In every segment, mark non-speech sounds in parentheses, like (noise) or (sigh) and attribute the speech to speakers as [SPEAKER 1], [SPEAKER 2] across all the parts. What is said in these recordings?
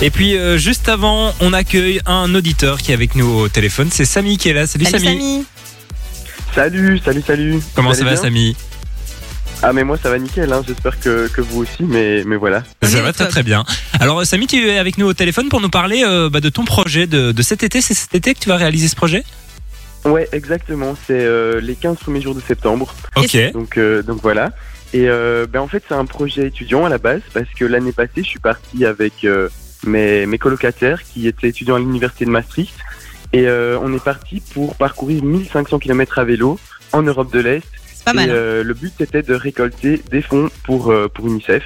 [SPEAKER 1] Et puis euh, juste avant, on accueille un auditeur qui est avec nous au téléphone. C'est Samy qui est là. Salut,
[SPEAKER 2] Salut
[SPEAKER 1] Samy.
[SPEAKER 2] Samy.
[SPEAKER 3] Salut, salut, salut.
[SPEAKER 1] Comment
[SPEAKER 3] Vous
[SPEAKER 1] ça
[SPEAKER 3] allez
[SPEAKER 1] va,
[SPEAKER 3] bien
[SPEAKER 1] Samy
[SPEAKER 3] Ah mais moi ça va nickel, hein. j'espère que, que vous aussi, mais, mais voilà.
[SPEAKER 2] On est
[SPEAKER 1] Ça
[SPEAKER 2] au
[SPEAKER 1] va très
[SPEAKER 2] top.
[SPEAKER 1] très bien. Alors, euh, Samy, tu es avec nous au téléphone pour nous parler euh, bah, de ton projet de, de cet été. C'est cet été que tu vas réaliser ce projet
[SPEAKER 3] Ouais, exactement, c'est euh, les 15 premiers jours de septembre,
[SPEAKER 1] Ok.
[SPEAKER 3] donc, euh, donc voilà. Et euh, ben, en fait c'est un projet étudiant à la base, parce que l'année passée je suis parti avec euh, mes, mes colocataires qui étaient étudiants à l'université de Maastricht, et euh, on est parti pour parcourir 1500 km à vélo en Europe de l'Est,
[SPEAKER 2] C'est pas
[SPEAKER 3] Et,
[SPEAKER 2] mal. hein.
[SPEAKER 3] euh, le but c'était de récolter des fonds pour, euh, pour UNICEF.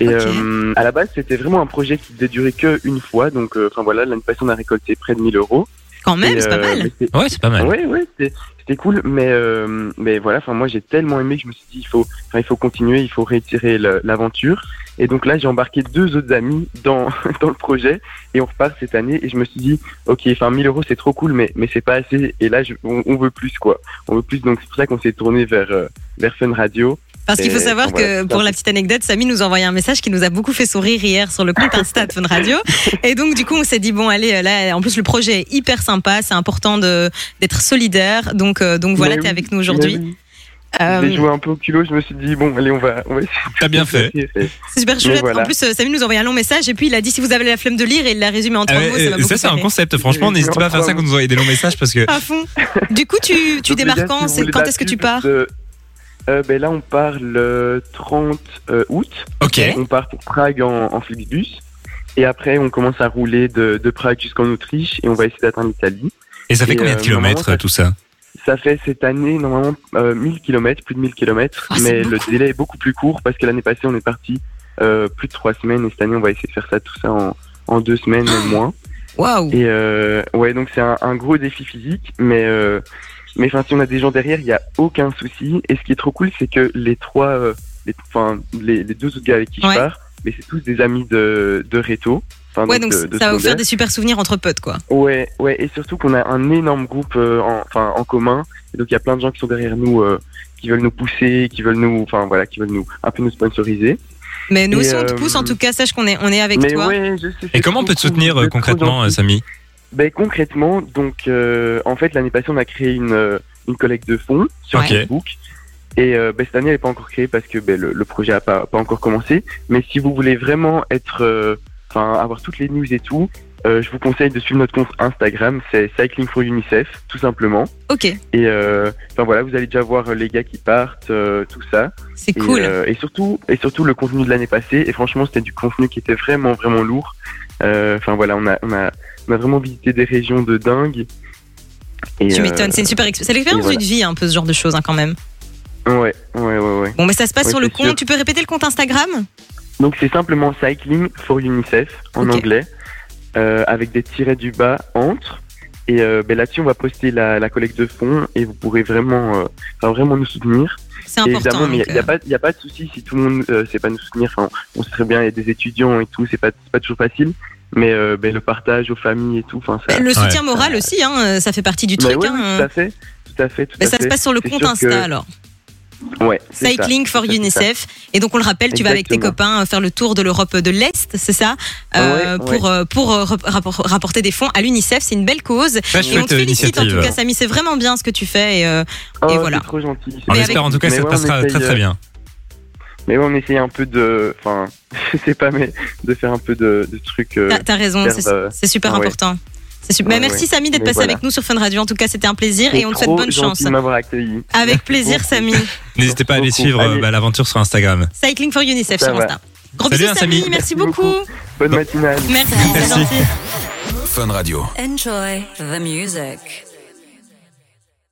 [SPEAKER 3] Et
[SPEAKER 2] Ok.
[SPEAKER 3] euh, à la base, c'était vraiment un projet qui devait durer qu'une fois. Donc, euh, enfin voilà, l'année passée, on a récolté près de 1000 euros.
[SPEAKER 2] Quand même,
[SPEAKER 3] Et,
[SPEAKER 2] c'est pas
[SPEAKER 3] euh,
[SPEAKER 2] mal.
[SPEAKER 3] mais c'est-
[SPEAKER 1] Ouais, c'est pas mal.
[SPEAKER 3] Ouais, ouais, c'était c'était cool. Mais, euh, mais voilà, enfin moi, j'ai tellement aimé que je me suis dit, il faut, enfin, il faut continuer, il faut réitérer le- l'aventure. Et donc là, j'ai embarqué deux autres amis dans, (laughs) dans le projet et on repart cette année. Et je me suis dit, ok, enfin 1000 euros, c'est trop cool, mais, mais c'est pas assez. Et là, je- on, on veut plus, quoi. On veut plus. Donc c'est pour ça qu'on s'est tourné vers, euh, vers Fun Radio.
[SPEAKER 2] Parce qu'il faut
[SPEAKER 3] et
[SPEAKER 2] savoir
[SPEAKER 3] voilà,
[SPEAKER 2] que
[SPEAKER 3] c'est
[SPEAKER 2] pour
[SPEAKER 3] ça.
[SPEAKER 2] la petite anecdote, Samy nous a envoyé un message qui nous a beaucoup fait sourire hier sur le compte Insta de Fun
[SPEAKER 3] (laughs)
[SPEAKER 2] Radio. Et donc, du coup, on s'est dit, bon, allez, euh, là, en plus, le projet est hyper sympa. C'est important de- d'être solidaire. Donc, euh, donc voilà,
[SPEAKER 3] Mais
[SPEAKER 2] t'es
[SPEAKER 3] oui,
[SPEAKER 2] avec nous aujourd'hui.
[SPEAKER 3] Mais oui,
[SPEAKER 2] Euh,
[SPEAKER 3] J'ai joué un peu au culot, je me suis dit, bon, allez, on va. On va essayer de
[SPEAKER 1] T'as bien fait.
[SPEAKER 3] sortir. Et-
[SPEAKER 2] c'est super chouette.
[SPEAKER 3] voilà.
[SPEAKER 2] En plus, euh, Samy nous a envoyé un long message. Et puis, il a dit, si vous avez la flemme de lire, et il l'a résumé en
[SPEAKER 1] Ah
[SPEAKER 2] (laughs) trois
[SPEAKER 1] ouais,
[SPEAKER 2] mots.
[SPEAKER 1] euh,
[SPEAKER 2] Ça, m'a beaucoup
[SPEAKER 1] ça, c'est un
[SPEAKER 2] fait rire.
[SPEAKER 1] concept. Franchement,
[SPEAKER 3] Oui,
[SPEAKER 1] n'hésitez pas à faire ça
[SPEAKER 3] vraiment.
[SPEAKER 1] quand vous envoyez des longs messages parce
[SPEAKER 3] (laughs)
[SPEAKER 1] que
[SPEAKER 2] À fond. Du coup, tu, tu
[SPEAKER 3] Donc, les
[SPEAKER 2] démarres
[SPEAKER 3] gars, si
[SPEAKER 2] quand
[SPEAKER 3] vous
[SPEAKER 2] C'est-
[SPEAKER 3] voulez
[SPEAKER 2] Quand
[SPEAKER 3] la
[SPEAKER 2] est-ce que
[SPEAKER 3] pub
[SPEAKER 2] tu pars
[SPEAKER 3] de- Euh, ben là, on part le 30 euh, août.
[SPEAKER 1] ok.
[SPEAKER 3] On part pour Prague en, en Flixbus. Et après, on commence à rouler de, de Prague jusqu'en Autriche et on va essayer d'atteindre l'Italie.
[SPEAKER 1] Et ça fait
[SPEAKER 3] Et,
[SPEAKER 1] combien de
[SPEAKER 3] euh,
[SPEAKER 1] kilomètres
[SPEAKER 3] normalement,
[SPEAKER 1] tout ça
[SPEAKER 3] Ça fait cette année normalement euh, 1000 km, plus de 1000 km,
[SPEAKER 2] Ah, c'est
[SPEAKER 3] mais le délai est beaucoup plus court parce que l'année passée on est parti euh, plus de trois semaines et cette année on va essayer de faire ça tout ça en, en deux semaines au moins.
[SPEAKER 2] Waouh
[SPEAKER 3] Et euh, ouais, donc c'est un, un gros défi physique, mais euh, mais enfin si on a des gens derrière, il y a aucun souci. Et ce qui est trop cool, c'est que les trois, euh, les, enfin les, les deux autres gars avec qui
[SPEAKER 2] Ouais.
[SPEAKER 3] je pars, mais c'est tous des amis de de Reto. Enfin,
[SPEAKER 2] Ouais, donc
[SPEAKER 3] de- euh, de
[SPEAKER 2] ça va vous faire
[SPEAKER 3] secondaire.
[SPEAKER 2] des super souvenirs entre potes, quoi.
[SPEAKER 3] Ouais, ouais, et surtout qu'on a un énorme groupe euh, en, enfin, en commun. Et donc il y a plein de gens qui sont derrière nous, euh, qui veulent nous pousser, qui veulent nous, enfin voilà, qui veulent nous un peu nous sponsoriser.
[SPEAKER 2] Mais nous
[SPEAKER 3] Et,
[SPEAKER 2] aussi, on te
[SPEAKER 3] euh,
[SPEAKER 2] pousse. En tout cas, sache qu'on est, on est avec
[SPEAKER 3] Mais
[SPEAKER 2] toi.
[SPEAKER 3] ouais, je sais. c'est
[SPEAKER 1] Et comment on
[SPEAKER 3] trop
[SPEAKER 1] peut te
[SPEAKER 3] cool,
[SPEAKER 1] soutenir
[SPEAKER 3] vous
[SPEAKER 1] euh,
[SPEAKER 3] êtes trop
[SPEAKER 1] concrètement, euh,
[SPEAKER 3] gentils.
[SPEAKER 1] Samy
[SPEAKER 3] Ben concrètement, donc euh, en fait l'année passée on a créé une, euh, une collecte de fonds sur
[SPEAKER 1] Ok.
[SPEAKER 3] Facebook. Et euh, ben, cette année elle n'est pas encore créée parce que ben, le, le projet n'a pas, pas encore commencé. Mais si vous voulez vraiment être, euh, enfin avoir toutes les news et tout, euh, je vous conseille de suivre notre compte Instagram, c'est Cycling for UNICEF tout simplement.
[SPEAKER 2] Ok,
[SPEAKER 3] Et euh, enfin voilà, vous allez déjà voir les gars qui partent, euh, tout ça.
[SPEAKER 2] c'est
[SPEAKER 3] Et,
[SPEAKER 2] cool.
[SPEAKER 3] euh, et surtout, et surtout le contenu de l'année passée. Et franchement, c'était du contenu qui était vraiment, vraiment lourd. Euh, Enfin voilà, on a, on a, on a vraiment visité des régions de dingue. Et,
[SPEAKER 2] Tu
[SPEAKER 3] euh,
[SPEAKER 2] m'étonnes, c'est une super expérience. C'est l'expérience
[SPEAKER 3] et voilà.
[SPEAKER 2] d'une vie, un peu ce genre de choses, hein, quand même.
[SPEAKER 3] Ouais, ouais, ouais, ouais.
[SPEAKER 2] Bon, mais ça se passe
[SPEAKER 3] Oui,
[SPEAKER 2] sur le
[SPEAKER 3] c'est
[SPEAKER 2] compte.
[SPEAKER 3] sûr.
[SPEAKER 2] Tu peux répéter le compte Instagram
[SPEAKER 3] Donc c'est simplement cycling for UNICEF en
[SPEAKER 2] Ok.
[SPEAKER 3] anglais, euh, avec des tirets du bas entre. Et euh, ben là-dessus, on va poster la, la collecte de fonds et vous pourrez vraiment, euh, enfin vraiment nous soutenir.
[SPEAKER 2] C'est
[SPEAKER 3] Et
[SPEAKER 2] important.
[SPEAKER 3] Évidemment, mais
[SPEAKER 2] donc,
[SPEAKER 3] il n'y a,
[SPEAKER 2] euh,
[SPEAKER 3] pas- y a pas de souci si tout le monde ne sait pas nous soutenir. Enfin, on sait très bien, il y a des étudiants et tout, c'est pas, c'est pas toujours facile. Mais euh, ben, le partage aux familles et tout, enfin ça.
[SPEAKER 2] euh, Le
[SPEAKER 1] Ouais.
[SPEAKER 2] soutien moral aussi, hein, euh, ça fait partie du
[SPEAKER 3] Mais
[SPEAKER 2] truc.
[SPEAKER 3] ouais,
[SPEAKER 2] hein,
[SPEAKER 3] oui,
[SPEAKER 2] euh.
[SPEAKER 3] tout à fait, tout à fait, tout
[SPEAKER 2] Mais
[SPEAKER 3] à
[SPEAKER 2] ça se
[SPEAKER 3] fait.
[SPEAKER 2] passe sur le
[SPEAKER 3] C'est
[SPEAKER 2] compte
[SPEAKER 3] sûr
[SPEAKER 2] Insta
[SPEAKER 3] que-
[SPEAKER 2] alors.
[SPEAKER 3] Ouais, c'est ça.
[SPEAKER 2] Cycling for
[SPEAKER 3] C'est ça,
[SPEAKER 2] UNICEF. Et donc on le rappelle, tu vas avec tes
[SPEAKER 3] Exactement.
[SPEAKER 2] copains euh, faire le tour de l'Europe de l'Est, c'est ça Euh,
[SPEAKER 3] Ouais,
[SPEAKER 2] Pour, euh, pour euh, rap- rappor- rapporter des fonds à l'UNICEF, c'est une belle cause.
[SPEAKER 1] Très
[SPEAKER 2] Et on
[SPEAKER 1] chouette
[SPEAKER 2] te
[SPEAKER 1] euh,
[SPEAKER 2] félicite en tout
[SPEAKER 1] initiative.
[SPEAKER 2] cas, Samy, c'est vraiment bien ce que tu fais. Et, euh,
[SPEAKER 3] Oh,
[SPEAKER 2] Et
[SPEAKER 3] c'est
[SPEAKER 2] voilà.
[SPEAKER 3] trop gentil.
[SPEAKER 1] On
[SPEAKER 2] Mais
[SPEAKER 1] espère en tout cas que
[SPEAKER 3] Mais
[SPEAKER 1] ça se
[SPEAKER 3] ouais, on
[SPEAKER 1] passera très
[SPEAKER 3] essaye,
[SPEAKER 1] très
[SPEAKER 3] euh,
[SPEAKER 1] bien.
[SPEAKER 3] Mais ouais, on essaye un peu de, enfin, (laughs) je sais pas, mais de faire un peu de, de trucs. euh,
[SPEAKER 2] T'as, t'as raison,
[SPEAKER 3] faire,
[SPEAKER 2] Ah, c'est,
[SPEAKER 3] euh,
[SPEAKER 2] c'est super
[SPEAKER 3] ah ouais.
[SPEAKER 2] important. C'est super.
[SPEAKER 3] Ouais,
[SPEAKER 2] Mais merci
[SPEAKER 3] ouais.
[SPEAKER 2] Samy d'être
[SPEAKER 3] Mais
[SPEAKER 2] passé
[SPEAKER 3] voilà.
[SPEAKER 2] avec nous sur Fun Radio. En tout cas, c'était un plaisir
[SPEAKER 3] c'est
[SPEAKER 2] et on te souhaite
[SPEAKER 3] trop
[SPEAKER 2] bonne
[SPEAKER 3] gentil
[SPEAKER 2] chance.
[SPEAKER 3] de m'avoir accueilli.
[SPEAKER 2] Avec plaisir,
[SPEAKER 3] beaucoup.
[SPEAKER 2] Samy.
[SPEAKER 1] N'hésitez pas à aller
[SPEAKER 3] beaucoup.
[SPEAKER 1] suivre euh,
[SPEAKER 3] Allez.
[SPEAKER 1] bah, l'aventure sur Instagram.
[SPEAKER 2] Cycling for UNICEF
[SPEAKER 3] Ça
[SPEAKER 2] sur
[SPEAKER 3] va.
[SPEAKER 2] Insta. Gros
[SPEAKER 1] Salut,
[SPEAKER 2] bisous,
[SPEAKER 1] hein,
[SPEAKER 2] Samy.
[SPEAKER 1] Samy.
[SPEAKER 2] Merci
[SPEAKER 3] Merci
[SPEAKER 2] beaucoup.
[SPEAKER 3] Bonne matinale.
[SPEAKER 2] Merci, c'est gentil.
[SPEAKER 4] Fun Radio.
[SPEAKER 5] Enjoy the music.